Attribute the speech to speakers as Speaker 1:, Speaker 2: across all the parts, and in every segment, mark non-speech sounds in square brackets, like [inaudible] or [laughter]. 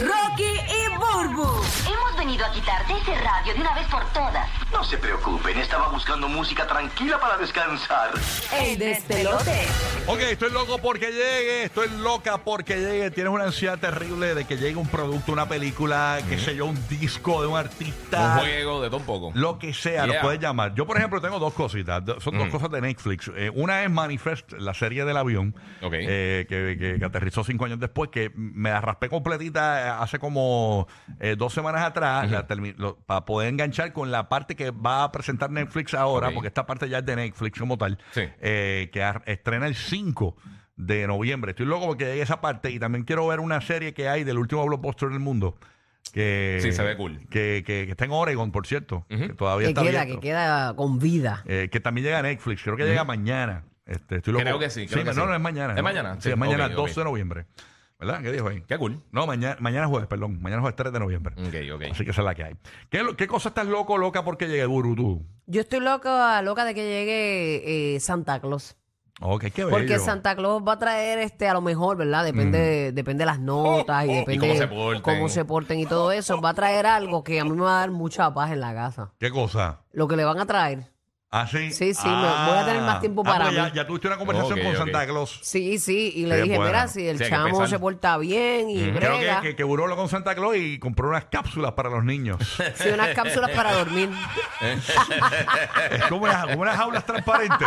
Speaker 1: Rocky y Burbu.
Speaker 2: Hemos venido a quitarte ese radio de una vez por todas.
Speaker 3: No se preocupen, estaba buscando música tranquila para descansar.
Speaker 1: El despelote.
Speaker 4: Ok, estoy loco porque llegue, estoy loca porque llegue. Tienes una ansiedad terrible de que llegue un producto, una película, qué sé yo, un disco de un
Speaker 5: Un
Speaker 4: artista.
Speaker 5: juego de todo un poco.
Speaker 4: Lo que sea, lo
Speaker 5: Yeah. Mm.
Speaker 4: puedes llamar. Yo, por ejemplo, tengo dos cositas. Do- Son dos cosas de Netflix. Eh, una es Manifest, la serie del avión,
Speaker 5: Ok.
Speaker 4: eh, que, que- que aterrizó cinco años después, que me la raspé completita eh, hace como eh, dos semanas atrás, para poder enganchar con la parte que va a presentar Netflix ahora,
Speaker 5: Ok.
Speaker 4: porque esta parte ya es de Netflix como tal,
Speaker 5: Sí.
Speaker 4: eh, que ar- estrena el 5 de noviembre. Estoy loco porque llegue esa parte y también quiero ver una serie que hay del último blockbuster del mundo. Que,
Speaker 5: Sí, se ve cool.
Speaker 4: que, que- que está en Oregon, por cierto. Que todavía
Speaker 6: Que
Speaker 4: está
Speaker 6: queda,
Speaker 4: abierto.
Speaker 6: que queda con vida.
Speaker 4: Eh, que también llega a Netflix. Creo que llega mañana. Este, estoy loco.
Speaker 5: Creo que sí, creo que
Speaker 4: no,
Speaker 5: sí.
Speaker 4: no, es mañana.
Speaker 5: ¿Es
Speaker 4: ¿no?
Speaker 5: mañana?
Speaker 4: Sí,
Speaker 5: Sí,
Speaker 4: es mañana
Speaker 5: ok, ok.
Speaker 4: 12 de noviembre. ¿Verdad? ¿Qué dijo ahí?
Speaker 5: Qué cool.
Speaker 4: No, mañana, mañana jueves, perdón. Mañana jueves 3 de noviembre.
Speaker 5: Ok, ok.
Speaker 4: Así que esa es la que hay. ¿Qué, lo- qué cosa estás loco, loca porque llegue Guru tú?
Speaker 6: Yo estoy loca, loca de que llegue eh, Santa Claus.
Speaker 4: Ok, qué bello. Mm.
Speaker 6: Porque Santa Claus va a traer este, a lo mejor, ¿verdad? Depende, depende de
Speaker 4: Oh,
Speaker 6: las notas y depende
Speaker 5: cómo se porten.
Speaker 6: cómo se porten y todo eso. Va a traer algo que a mí me va a dar mucha paz en la casa.
Speaker 4: ¿Qué cosa?
Speaker 6: Lo que le van a traer.
Speaker 4: ¿Ah, sí?
Speaker 6: Sí, sí, me- voy a tener más tiempo
Speaker 4: Ah,
Speaker 6: para
Speaker 4: pues ya,
Speaker 6: mí.
Speaker 4: ya tuviste una conversación
Speaker 5: Ok,
Speaker 4: con
Speaker 5: ok.
Speaker 4: Santa Claus.
Speaker 6: Sí, sí. Y le
Speaker 4: Qué
Speaker 6: dije,
Speaker 4: bueno.
Speaker 6: mira, si el
Speaker 5: Sí, hay que
Speaker 6: chamo
Speaker 5: pensar.
Speaker 6: se porta bien y
Speaker 4: Creo
Speaker 6: brega,
Speaker 4: que, que, que Burú habló con Santa Claus y compró unas cápsulas para los
Speaker 5: [laughs]
Speaker 4: niños.
Speaker 6: sí, unas cápsulas
Speaker 4: [laughs]
Speaker 6: para dormir.
Speaker 4: es como unas, como unas jaulas
Speaker 6: [laughs]
Speaker 4: transparentes.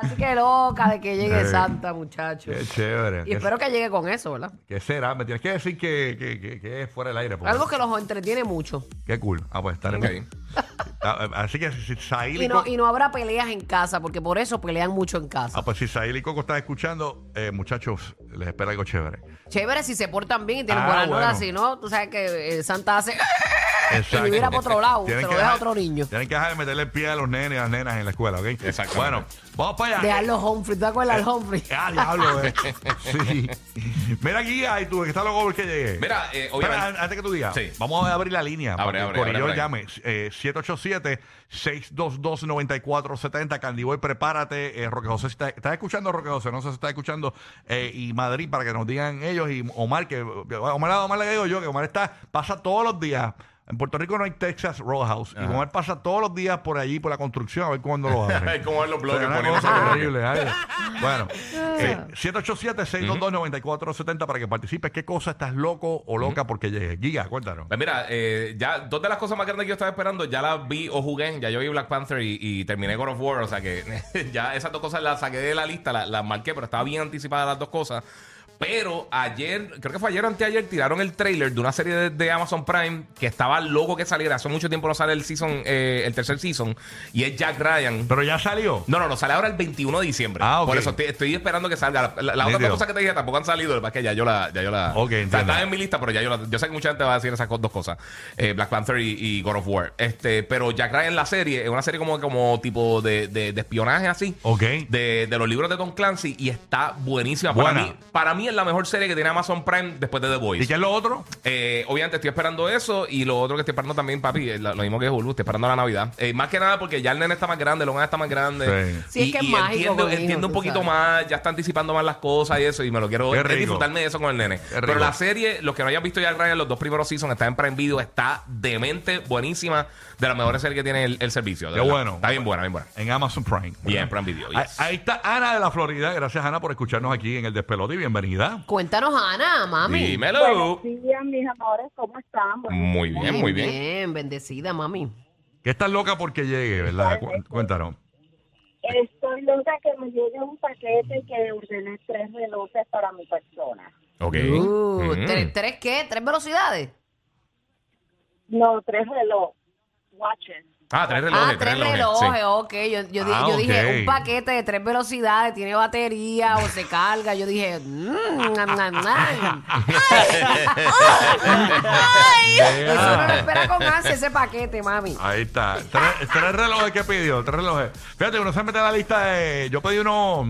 Speaker 6: Así que loca de que llegue
Speaker 4: Sí.
Speaker 6: Santa, muchachos.
Speaker 4: qué chévere.
Speaker 6: Y espero que llegue con eso, ¿verdad?
Speaker 4: ¿Qué será? Me tienes que decir que, que, que- que es fuera del aire. porque-
Speaker 6: Algo que los entretiene mucho.
Speaker 4: Qué cool. Ah, pues estaremos.
Speaker 5: Ok.
Speaker 4: Ah, eh, Así que si Sahil y,
Speaker 6: Y no,
Speaker 4: Coco-
Speaker 6: y no habrá peleas en casa, porque por eso pelean mucho en casa.
Speaker 4: Ah, pues si Sahil y Coco están escuchando, eh, muchachos, les espera algo chévere.
Speaker 6: Chévere si se portan bien y tienen
Speaker 4: Ah,
Speaker 6: buenas
Speaker 4: bueno.
Speaker 6: notas, si no, tú sabes que eh, Santa hace... [laughs]
Speaker 4: Exacto.
Speaker 6: hubiera para otro lado, se lo deja a otro niño.
Speaker 4: Tienen que dejar de meterle el pie a los nenes y a las nenas en la escuela, ¿ok?
Speaker 5: Exactamente.
Speaker 4: Bueno, vamos para allá.
Speaker 6: Dejar los Humphrey, ¿te acuerdas del Humphrey?
Speaker 4: [laughs] Ah, diablo, eh. Sí. Mira aquí, ay, tú, que está loco porque llegué.
Speaker 5: Mira, eh,
Speaker 4: Espera,
Speaker 5: obviamente-
Speaker 4: an- antes que tú digas,
Speaker 5: Sí.
Speaker 4: vamos a abrir la línea.
Speaker 5: Abre,
Speaker 4: para que
Speaker 5: abre,
Speaker 4: el Corillo
Speaker 5: abre, abre.
Speaker 4: llame. eh, 787-622-9470. Candiboy, prepárate. Eh, Roque José, si está- ¿estás escuchando, Roque José? No sé si está escuchando. Eh, y Madrid, para que nos digan ellos. Y Omar, que Omar, Omar le digo yo, que Omar está, pasa todos los días. En Puerto Rico no hay Texas Roadhouse. Y Omar pasa todos los días por allí, por la construcción, a ver cuándo
Speaker 5: [laughs]
Speaker 4: lo abren.
Speaker 5: Ay, cómo van los bloques
Speaker 4: O sea, una
Speaker 5: poniéndose [laughs]
Speaker 4: cosa
Speaker 5: bloques.
Speaker 4: horrible, ay. Bueno, eh, 787-622-9470 para que participes. ¿Qué cosa estás loco o loca porque llegue? Giga, cuéntanos.
Speaker 5: Pues mira, eh, ya dos de las cosas más grandes que yo estaba esperando ya las vi o jugué. Ya yo vi Black Panther y, y terminé God of War. O sea que [laughs] ya esas dos cosas las saqué de la lista, la- las marqué, pero estaba bien anticipada las dos cosas. Pero ayer, creo que fue ayer o anteayer, tiraron el trailer de una serie de, de Amazon Prime que estaba loco que saliera. Hace mucho tiempo no sale el season, eh, el tercer season. Y es Jack Ryan.
Speaker 4: Pero ya salió.
Speaker 5: No, no, no, sale ahora el 21 de diciembre.
Speaker 4: Ah, ok.
Speaker 5: Por eso estoy, estoy esperando que salga. La, la otra
Speaker 4: Nítido.
Speaker 5: cosa que te dije tampoco han salido, lo que pasa es que ya yo la. Ya yo la
Speaker 4: Ok,
Speaker 5: o sea,
Speaker 4: entiendo.
Speaker 5: estaba en mi lista, pero ya yo la. Yo sé que mucha gente va a decir esas co- dos cosas: eh, Black Panther y, y God of War. Este, pero Jack Ryan, la serie, es una serie como, como tipo de, de- de espionaje así.
Speaker 4: Ok.
Speaker 5: De, de los libros de Tom Clancy y está buenísima.
Speaker 4: Buena.
Speaker 5: Para mí, para mí es la mejor serie que tiene Amazon Prime después de The Voice.
Speaker 4: ¿Y qué es lo otro?
Speaker 5: Eh, obviamente estoy esperando eso y lo otro que estoy esperando también, papi, es la- lo mismo que Hulu, estoy esperando la Navidad. Eh, más que nada porque ya el nene está más grande, Logan está más grande.
Speaker 4: Sí.
Speaker 6: Sí, es que es mágico
Speaker 5: entiendo,
Speaker 6: con hijos,
Speaker 5: entiendo un
Speaker 6: tú
Speaker 5: poquito
Speaker 6: sabes.
Speaker 5: más, ya está anticipando más las cosas y eso y me lo quiero
Speaker 4: Qué
Speaker 5: es
Speaker 4: rico.
Speaker 5: disfrutarme de eso con el nene.
Speaker 4: rico.
Speaker 5: Pero la serie, los que no hayan visto ya el Ryan, los dos primeros seasons, está en Prime Video, está demente, buenísima, de las mejores series que tiene el, el servicio. de
Speaker 4: Qué
Speaker 5: verdad.
Speaker 4: bueno.
Speaker 5: Está bien buena, bien buena.
Speaker 4: En Amazon Prime.
Speaker 5: Bien, Prime Video,
Speaker 4: Ah,
Speaker 5: yes.
Speaker 4: Ahí, está Ana de la Florida. Gracias, Ana, por escucharnos aquí en el despelote y bienvenida.
Speaker 6: Cuéntanos, Ana, mami.
Speaker 5: Dímelo.
Speaker 7: Buenos días, mis amores, ¿cómo están? Buenos
Speaker 5: Muy bien, muy bien.
Speaker 6: Bien, bendecida, mami.
Speaker 4: Que estás loca porque llegue, ¿verdad? Cu- Cuéntanos.
Speaker 7: días. Estoy loca que me llegue un paquete que ordené tres relojes para mi persona.
Speaker 5: Ok.
Speaker 6: Uh,
Speaker 5: Mm.
Speaker 6: ¿tres, ¿Tres qué? ¿Tres velocidades?
Speaker 7: No, tres relojes. Watches.
Speaker 5: Ah, tres relojes.
Speaker 6: ah, tres relojes, ok. Yo, yo di-
Speaker 4: Ah,
Speaker 6: yo dije,
Speaker 4: ok.
Speaker 6: un paquete de tres velocidades, tiene batería o se carga. Yo dije, mmm,
Speaker 4: [laughs]
Speaker 6: nam, nam, nam. ¡Ay! Eso no
Speaker 4: Ah.
Speaker 6: lo espera con ansia ese paquete, mami.
Speaker 4: Ahí está. Tres, tres relojes que pidió, tres relojes. Fíjate, uno se mete a la lista de. Yo pedí uno.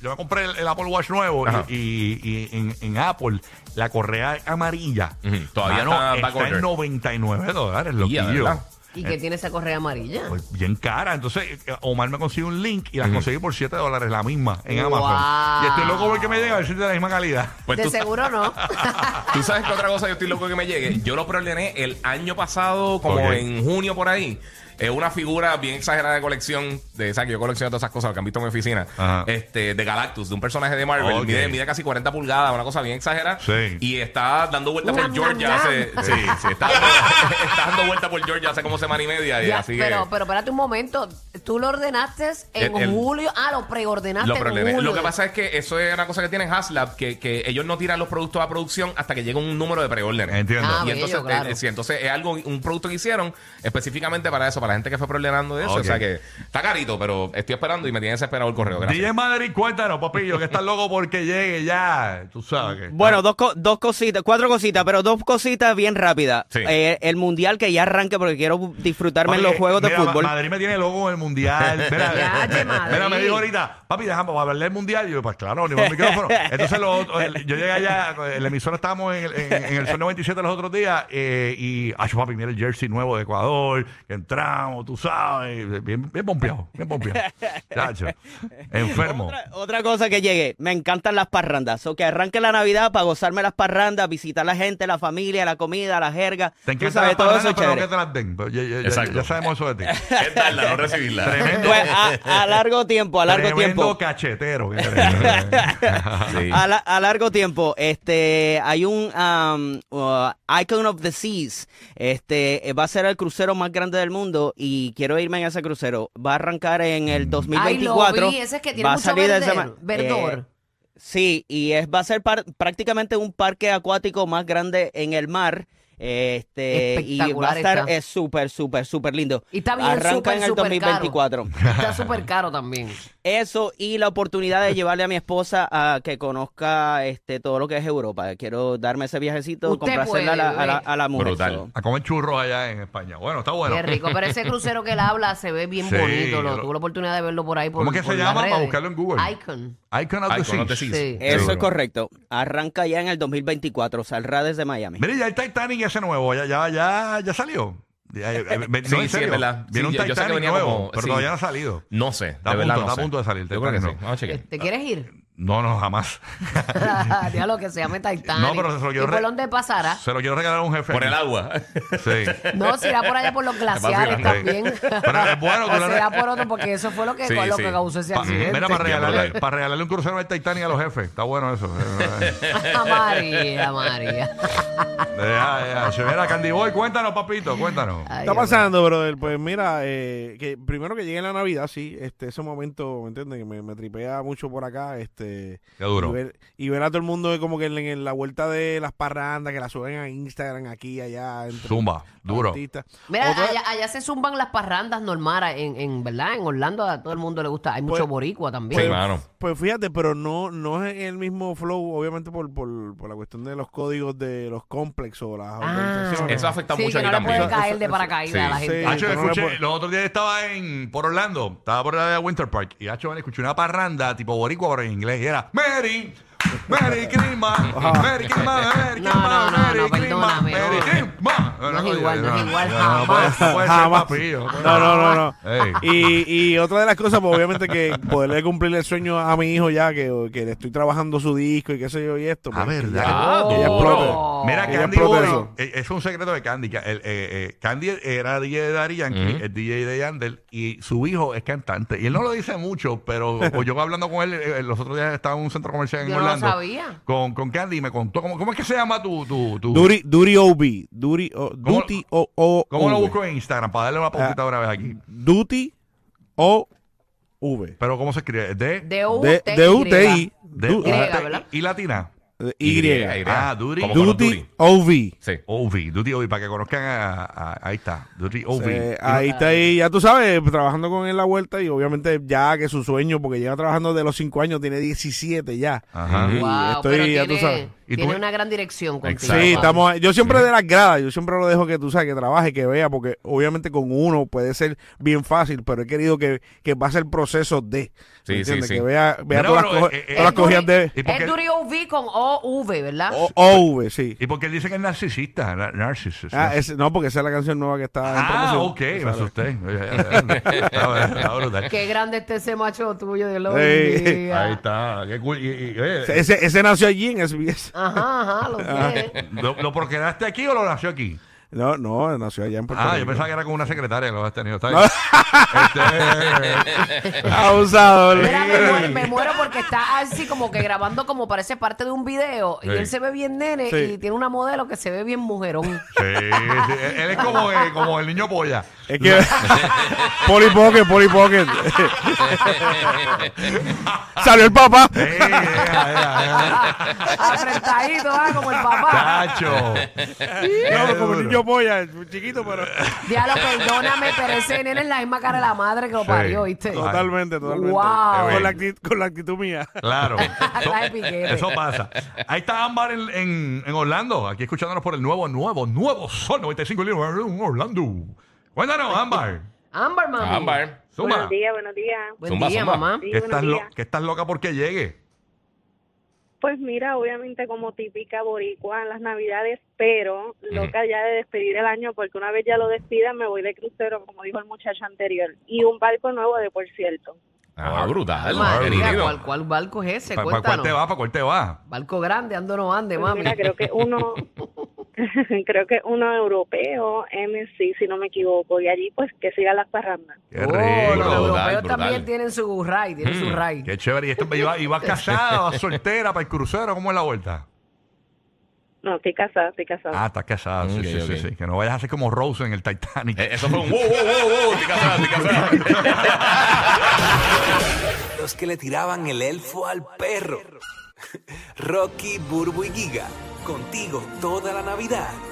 Speaker 4: Yo me compré el, el Apple Watch nuevo
Speaker 5: Ajá.
Speaker 4: y, y- y en, en Apple la correa amarilla
Speaker 5: Ujú. Todavía
Speaker 4: mano,
Speaker 5: está back
Speaker 4: está en
Speaker 5: order.
Speaker 4: 99 dólares, loquillo.
Speaker 5: Ya, ¿verdad?
Speaker 6: ¿Y que tiene esa correa amarilla?
Speaker 4: Pues bien cara. Entonces, eh, Omar me consiguió un link y la conseguí por 7 dólares, la misma, en
Speaker 6: Wow.
Speaker 4: Amazon. Y estoy loco porque me llega a ver si es de la misma
Speaker 5: [laughs]
Speaker 4: calidad.
Speaker 5: Pues
Speaker 6: de
Speaker 5: tú,
Speaker 6: seguro
Speaker 4: [laughs]
Speaker 6: no.
Speaker 5: tú sabes que otra cosa yo estoy loco que me llegue. Yo lo preordené el año pasado, como
Speaker 4: Ok.
Speaker 5: en junio por ahí. Es una figura bien exagerada de colección. De esa que yo colecciono todas esas cosas que han visto en mi oficina.
Speaker 4: Ajá.
Speaker 5: Este, de Galactus, de un personaje de Marvel.
Speaker 4: Ok.
Speaker 5: Mide, mide casi 40 pulgadas, una cosa bien exagerada.
Speaker 4: Sí.
Speaker 5: Y está dando vuelta
Speaker 6: Nam,
Speaker 5: por
Speaker 6: nam,
Speaker 5: Georgia
Speaker 6: nam.
Speaker 5: hace. Sí, sí, está dando, [laughs] está dando vuelta por Georgia hace como semana y media. Y
Speaker 6: [laughs] Ya,
Speaker 5: así que-
Speaker 6: pero, pero espérate un momento. Tú lo ordenaste en
Speaker 5: El- el-
Speaker 6: julio. Ah, lo preordenaste
Speaker 5: Lo,
Speaker 6: en
Speaker 5: preordené.
Speaker 6: julio.
Speaker 5: Lo que pasa es que eso es una cosa que tienen Haslab, que, que ellos no tiran los productos a producción hasta que llega un número de preórdenes.
Speaker 4: Entiendo.
Speaker 6: Ah,
Speaker 5: y
Speaker 6: bello,
Speaker 5: entonces,
Speaker 6: claro.
Speaker 5: eh, sí, entonces es algo, un producto que hicieron específicamente para eso, para la gente que fue preordenando de eso.
Speaker 4: Ok.
Speaker 5: O sea que está carito, pero estoy esperando y me tienen desesperado el correo. Gracias.
Speaker 4: DJ Madrid, cuéntanos, papillo, que estás loco porque llegue ya. Tú sabes que.
Speaker 8: Bueno, dos, co- dos cositas, cuatro cositas, pero dos cositas bien rápidas.
Speaker 5: Sí.
Speaker 8: Eh, el mundial que ya arranque porque quiero disfrutarme en
Speaker 4: Papi, eh,
Speaker 8: los juegos de
Speaker 4: mira, Ma-
Speaker 8: fútbol.
Speaker 4: Madrid me tiene loco en el mundial.
Speaker 8: [laughs]
Speaker 4: Mira,
Speaker 6: Ya, che, Madrid.
Speaker 4: mira, me dijo ahorita, papi, déjame para hablar del mundial. Y yo, pues claro, ni con el micrófono. Entonces, lo otro- el- yo llegué allá, en la emisora estábamos en, el- en- en el Sol 97 los otros días. eh, y, ay, papi, mira el jersey nuevo de Ecuador. Que entramos, tú sabes. Bien, bien pompeado, bien pompeado. Chacho, enfermo.
Speaker 8: Otra, otra cosa que llegue, me encantan las parrandas. O que arranque la Navidad para gozarme las parrandas, visitar a la gente, la familia, la comida, la jerga.
Speaker 4: Te
Speaker 8: Tú
Speaker 4: encanta
Speaker 8: sabes,
Speaker 4: la
Speaker 8: todo eso
Speaker 4: palabra,
Speaker 8: es
Speaker 4: pero
Speaker 8: chévere.
Speaker 4: que te las den. Pero ya- ya- ya-
Speaker 5: Exacto.
Speaker 4: ya sabemos eso
Speaker 8: [laughs]
Speaker 4: de ti.
Speaker 5: [laughs] Es darla, no recibirla.
Speaker 4: Tremendo.
Speaker 8: Pues, a, a largo tiempo, a largo
Speaker 4: Tremendo
Speaker 8: tiempo.
Speaker 4: cachetero.
Speaker 8: [laughs]
Speaker 5: Sí.
Speaker 4: Ah,
Speaker 8: A, la- a largo tiempo, este, hay un um, uh, Icon of the Seas. Este eh, va a ser el crucero más grande del mundo y quiero irme en ese crucero. Va a arrancar en el 2024.
Speaker 6: Ay, lo vi. Ese es que tiene
Speaker 8: va a
Speaker 6: mucho
Speaker 8: salir de
Speaker 6: verde-
Speaker 8: esa-
Speaker 6: verdor.
Speaker 8: Eh, sí, y es va a ser par- prácticamente un parque acuático más grande en el mar. Este, y va a
Speaker 6: Espectacular
Speaker 8: estar
Speaker 6: está.
Speaker 8: eh, súper, súper, súper lindo.
Speaker 6: Y está bien
Speaker 8: Arranca
Speaker 6: súper,
Speaker 8: en el
Speaker 6: súper caro.
Speaker 8: 2024.
Speaker 6: Está súper caro también.
Speaker 8: Eso y la oportunidad de llevarle a mi esposa a que conozca este todo lo que es Europa. Quiero darme ese viajecito,
Speaker 6: Usted
Speaker 8: complacerla a la, a la- a la mujer.
Speaker 5: Brutal.
Speaker 8: So,
Speaker 4: A comer churros allá en España. Bueno, está [laughs] bueno.
Speaker 6: Qué rico. Pero ese crucero que él habla se ve bien
Speaker 4: Sí,
Speaker 6: bonito. Lo,
Speaker 4: lo-
Speaker 6: tuve la oportunidad de verlo por ahí. Por,
Speaker 4: ¿Cómo es que
Speaker 6: por
Speaker 4: se
Speaker 6: las
Speaker 4: llama? Para
Speaker 6: redes.
Speaker 4: buscarlo en Google.
Speaker 6: Icon.
Speaker 4: Icon of the
Speaker 5: Icon of the
Speaker 4: Seas.
Speaker 5: Seas.
Speaker 6: Sí.
Speaker 8: Eso
Speaker 4: Seguro.
Speaker 8: es correcto. Arranca ya en el 2024. Saldrá desde Miami.
Speaker 4: Mire, ya el Titanic ese nuevo, ya, ya, ya, ya salió. Ya, eh, eh, no, en
Speaker 5: Sí, sí,
Speaker 4: serio.
Speaker 5: es verdad.
Speaker 4: Viene
Speaker 5: Sí,
Speaker 4: un
Speaker 5: yo- yo sé que
Speaker 4: Titanic
Speaker 5: venía
Speaker 4: nuevo,
Speaker 5: como-
Speaker 4: pero
Speaker 5: sí.
Speaker 4: todavía no ha salido.
Speaker 5: No sé.
Speaker 4: Está
Speaker 5: de
Speaker 4: a
Speaker 5: verdad,
Speaker 4: punto,
Speaker 5: no
Speaker 4: está a
Speaker 5: sé.
Speaker 4: punto de salir,
Speaker 5: Yo creo que sí.
Speaker 4: Titanic no.
Speaker 5: Vamos a chequear.
Speaker 4: [laughs]
Speaker 6: ¿Te quieres ir?
Speaker 4: No, no,
Speaker 6: [laughs]
Speaker 4: jamás.
Speaker 6: ya lo que se llame Titanic.
Speaker 4: No, pero se lo
Speaker 6: ¿Y
Speaker 4: quiero
Speaker 6: por
Speaker 4: re-
Speaker 6: dónde pasará?
Speaker 4: Se lo quiero regalar a un jefe.
Speaker 5: Por el agua.
Speaker 6: [laughs]
Speaker 4: Sí.
Speaker 6: No, será por allá
Speaker 4: [laughs]
Speaker 6: por los glaciares
Speaker 5: Sí.
Speaker 6: también.
Speaker 4: Pero es
Speaker 6: [laughs]
Speaker 4: bueno que
Speaker 6: O
Speaker 4: lo-
Speaker 6: será por otro, porque eso fue lo que,
Speaker 5: Sí,
Speaker 6: lo
Speaker 5: sí.
Speaker 6: que causó ese
Speaker 4: Pa-
Speaker 6: accidente.
Speaker 4: mira, para
Speaker 5: Bien,
Speaker 4: regalarle,
Speaker 5: brutal.
Speaker 4: para regalarle un crucero al Titanic a los jefes. Está bueno eso. [laughs] Eh,
Speaker 6: [laughs] María, María.
Speaker 4: ya, ya. Mira, Candy Boy, cuéntanos, papito, cuéntanos.
Speaker 6: Ay,
Speaker 9: está
Speaker 6: Dios mío.
Speaker 9: pasando, brother? Pues mira, eh, que primero que llegue la Navidad, sí, este, ese momento, ¿me entiendes? Que me, me tripea mucho por acá, este...
Speaker 4: Qué duro.
Speaker 9: Y ver, y ver a todo el mundo como que en, en la vuelta de las parrandas, que la suben a Instagram, aquí, allá. entre
Speaker 4: Zumba,
Speaker 9: los
Speaker 4: duro.
Speaker 9: artistas.
Speaker 6: Mira,
Speaker 9: Otra-
Speaker 6: allá, allá se zumban las parrandas normales, en, en, ¿verdad? En Orlando a todo el mundo le gusta. Hay mucho
Speaker 9: Pues-
Speaker 6: boricua
Speaker 5: Sí,
Speaker 6: también.
Speaker 5: mano.
Speaker 9: Pues fíjate, pero no, no es el mismo flow, obviamente por, por, por la cuestión de los códigos de los complexos o las organizaciones.
Speaker 5: Eso afecta
Speaker 6: Sí,
Speaker 5: mucho
Speaker 6: que
Speaker 5: aquí
Speaker 6: no le pueden
Speaker 5: también.
Speaker 9: ca-
Speaker 6: caer
Speaker 9: Eso-
Speaker 6: de
Speaker 9: eso-
Speaker 6: paracaídas a la
Speaker 9: sí.
Speaker 6: gente.
Speaker 9: Sí.
Speaker 4: Hacho,
Speaker 9: pero no le
Speaker 4: escuché,
Speaker 9: puedo-
Speaker 4: los otros días estaba en por Orlando, estaba por la de Winter Park y Hacho, bueno, escuché una parranda tipo boricua pero en inglés y era Mary,
Speaker 9: [laughs]
Speaker 4: Mary Christmas, Mary Christmas, Mary
Speaker 6: No,
Speaker 4: Christmas,
Speaker 6: no, no,
Speaker 4: Merry
Speaker 6: no,
Speaker 4: Christmas,
Speaker 6: perdóname,
Speaker 4: Merry
Speaker 6: no.
Speaker 4: Christmas.
Speaker 6: No es igual, no es igual,
Speaker 4: no puede- no puede ser,
Speaker 9: Jamás.
Speaker 4: papillo, puede
Speaker 9: No, no, no, no.
Speaker 4: Ey.
Speaker 9: Y, y otra de las cosas, pues obviamente que poderle cumplir el sueño a mi hijo ya, que, que le estoy trabajando su disco y qué sé yo y esto.
Speaker 4: Ah,
Speaker 9: pues, que
Speaker 4: ¿verdad?
Speaker 9: ya-
Speaker 5: Ah,
Speaker 9: que ya
Speaker 5: duro.
Speaker 9: explote.
Speaker 4: Mira,
Speaker 9: Ella
Speaker 4: Candy
Speaker 9: explota
Speaker 4: Boy,
Speaker 9: eso.
Speaker 4: eh, es un secreto de Candy. que el, eh, eh, Candy era DJ de Daddy Yankee, el DJ de Yandel, y su hijo es cantante. Y él no lo dice mucho, pero o yo hablando con él, eh, eh, los otros días estaba en un centro comercial en
Speaker 6: Yo no lo
Speaker 4: Orlando.
Speaker 6: sabía.
Speaker 4: Con, con Candy y me contó, ¿cómo, cómo es que se llama tu... tu, tu-
Speaker 9: Duty, duty OB. Duty, o,
Speaker 4: ¿Cómo-
Speaker 9: duty o, Ah. o,
Speaker 4: ¿Cómo lo
Speaker 9: V.
Speaker 4: busco en Instagram? Para darle una pautita una vez aquí.
Speaker 9: Duty o V.
Speaker 4: Pero ¿cómo se escribe? D,
Speaker 6: De UTI.
Speaker 9: De, de UTI.
Speaker 4: D,
Speaker 9: du-
Speaker 4: D-
Speaker 6: Griega,
Speaker 9: ah,
Speaker 6: ¿verdad?
Speaker 4: y latina.
Speaker 9: de
Speaker 5: Y,
Speaker 9: Y.
Speaker 5: Y.
Speaker 4: Ah, Duri.
Speaker 5: Como Call of
Speaker 9: Duty OV.
Speaker 5: Sí.
Speaker 4: Ovi, Duty Ovi, para que conozcan a... a- ahí está, Duty Ovi.
Speaker 9: Eh, ahí está ahí, ya tú sabes, trabajando con él la vuelta y obviamente ya que su sueño, porque lleva trabajando de los 5 años, tiene 17 ya.
Speaker 4: Ajá.
Speaker 9: Y
Speaker 6: Wow,
Speaker 9: estoy,
Speaker 6: pero
Speaker 9: ya
Speaker 6: tiene-
Speaker 9: tú sabes.
Speaker 4: Y Y tú-
Speaker 6: Tiene una gran dirección contigo.
Speaker 5: Exacto.
Speaker 9: Sí, estamos. Yo siempre de las gradas, yo siempre lo dejo que tú sabes, que trabaje, que vea, porque obviamente con uno puede ser bien fácil, pero he querido que, que pase el proceso de.
Speaker 5: Sí,
Speaker 9: ¿me
Speaker 5: sí,
Speaker 9: entiendes?
Speaker 5: sí.
Speaker 9: Que
Speaker 5: [laughs]
Speaker 9: vea, vea
Speaker 4: Mira,
Speaker 9: todas,
Speaker 4: pero,
Speaker 9: las, coge-
Speaker 4: eh, eh,
Speaker 9: todas las
Speaker 4: Es
Speaker 9: cogidas de.
Speaker 4: ¿Y por qué?
Speaker 6: Es Durio V con OV, ¿verdad?
Speaker 9: O- OV, sí.
Speaker 4: ¿Y por qué él dice que es narcisista? Na- Narcisista.
Speaker 9: Ah, es- no, porque esa es la canción nueva que está. en
Speaker 4: Ah,
Speaker 9: promoción.
Speaker 4: ok, me asusté. [laughs] Está brutal.
Speaker 6: Qué grande está ese macho tuyo, Dios lo
Speaker 9: Sí.
Speaker 6: bendiga.
Speaker 4: Ahí está. Qué cool. Y- y- y- oye,
Speaker 9: Ese- Ese, ese nació allí en SBS.
Speaker 6: Ajá, ajá, lo
Speaker 9: Ah.
Speaker 6: sé.
Speaker 4: ¿Lo, ¿Lo procreaste aquí o lo nació aquí?
Speaker 9: No, no, nació allá en Puerto
Speaker 4: Ah,
Speaker 9: Rico.
Speaker 4: yo pensaba que era con una secretaria que lo habías tenido. Está bien. Este,
Speaker 9: Abusador.
Speaker 6: Mira, me muero, me muero porque está así como que grabando como parece parte de un video y
Speaker 4: Sí.
Speaker 6: él se ve bien nene
Speaker 9: Sí.
Speaker 6: y tiene una modelo que se ve bien mujerón.
Speaker 4: sí, eh, sí, Él es como, eh, como el niño polla.
Speaker 9: Es que. [laughs] Polly Pocket, Polly Pocket. [laughs]
Speaker 5: Ah, pues.
Speaker 9: Salió el papá.
Speaker 4: Sí, eh, eh, eh,
Speaker 9: [laughs]
Speaker 6: [laughs] Apretadito, ah, como el papá.
Speaker 4: ¡Tacho!
Speaker 9: No, como
Speaker 4: duro.
Speaker 9: el niño polla, chiquito, pero.
Speaker 6: Diablo, perdóname, pero ese nene es la misma cara de la madre que lo
Speaker 4: Sí.
Speaker 6: parió, ¿viste?
Speaker 4: Total.
Speaker 9: Totalmente, totalmente.
Speaker 6: Wow.
Speaker 9: Con, la actitud, con la actitud mía.
Speaker 4: Claro. Eso,
Speaker 6: Trae piquete.
Speaker 4: eso pasa. Ahí está Ámbar en, en- en Orlando, aquí escuchándonos por el nuevo, nuevo, nuevo Sol 95 en Orlando. Cuéntanos, Ámbar.
Speaker 6: Ámbar, mami.
Speaker 5: Ámbar.
Speaker 4: Suma.
Speaker 7: Buenos días, buenos días.
Speaker 6: Buen
Speaker 5: Zumba,
Speaker 6: día,
Speaker 5: zumba.
Speaker 6: mamá.
Speaker 7: Sí,
Speaker 4: Que estás,
Speaker 7: buenos
Speaker 4: lo-
Speaker 7: días.
Speaker 4: que estás loca porque llegue.
Speaker 7: Pues mira, obviamente como típica boricua en las navidades, pero loca ya de despedir el año porque una vez ya lo despida me voy de crucero, como dijo el muchacho anterior, y un barco nuevo de por cierto.
Speaker 5: Ah, brutal.
Speaker 6: Madre,
Speaker 5: querido.
Speaker 6: mira, ¿cuál, ¿Cuál barco es ese?
Speaker 4: ¿Para cuál
Speaker 6: Cuéntanos.
Speaker 4: te va? ¿Para cuál te va?
Speaker 6: Barco grande, ando no ande,
Speaker 7: Pues
Speaker 6: mami.
Speaker 7: mira, creo que uno, creo que uno europeo, MC, si no me equivoco, y allí pues que sigan las parrandas.
Speaker 4: Qué
Speaker 6: Oh,
Speaker 4: rico.
Speaker 6: los
Speaker 5: Brutal,
Speaker 6: europeos
Speaker 5: brutal.
Speaker 6: también tienen su ray, tienen su ray.
Speaker 4: Mm. Qué chévere. Y esto iba, iba casada, va soltera para el crucero, ¿cómo es la vuelta?
Speaker 7: No, estoy casada, estoy casada.
Speaker 4: Ah, estás casada. Sí,
Speaker 5: Ok,
Speaker 4: sí, sí,
Speaker 5: ok.
Speaker 4: sí. Que no vayas a ser como Rose en el Titanic.
Speaker 5: Eh, Eso fue un wow, wow, wow, wow. Te casas, te casas.
Speaker 10: Los que le tiraban el elfo al perro. [laughs] Rocky, Burbu y Giga, contigo toda la Navidad.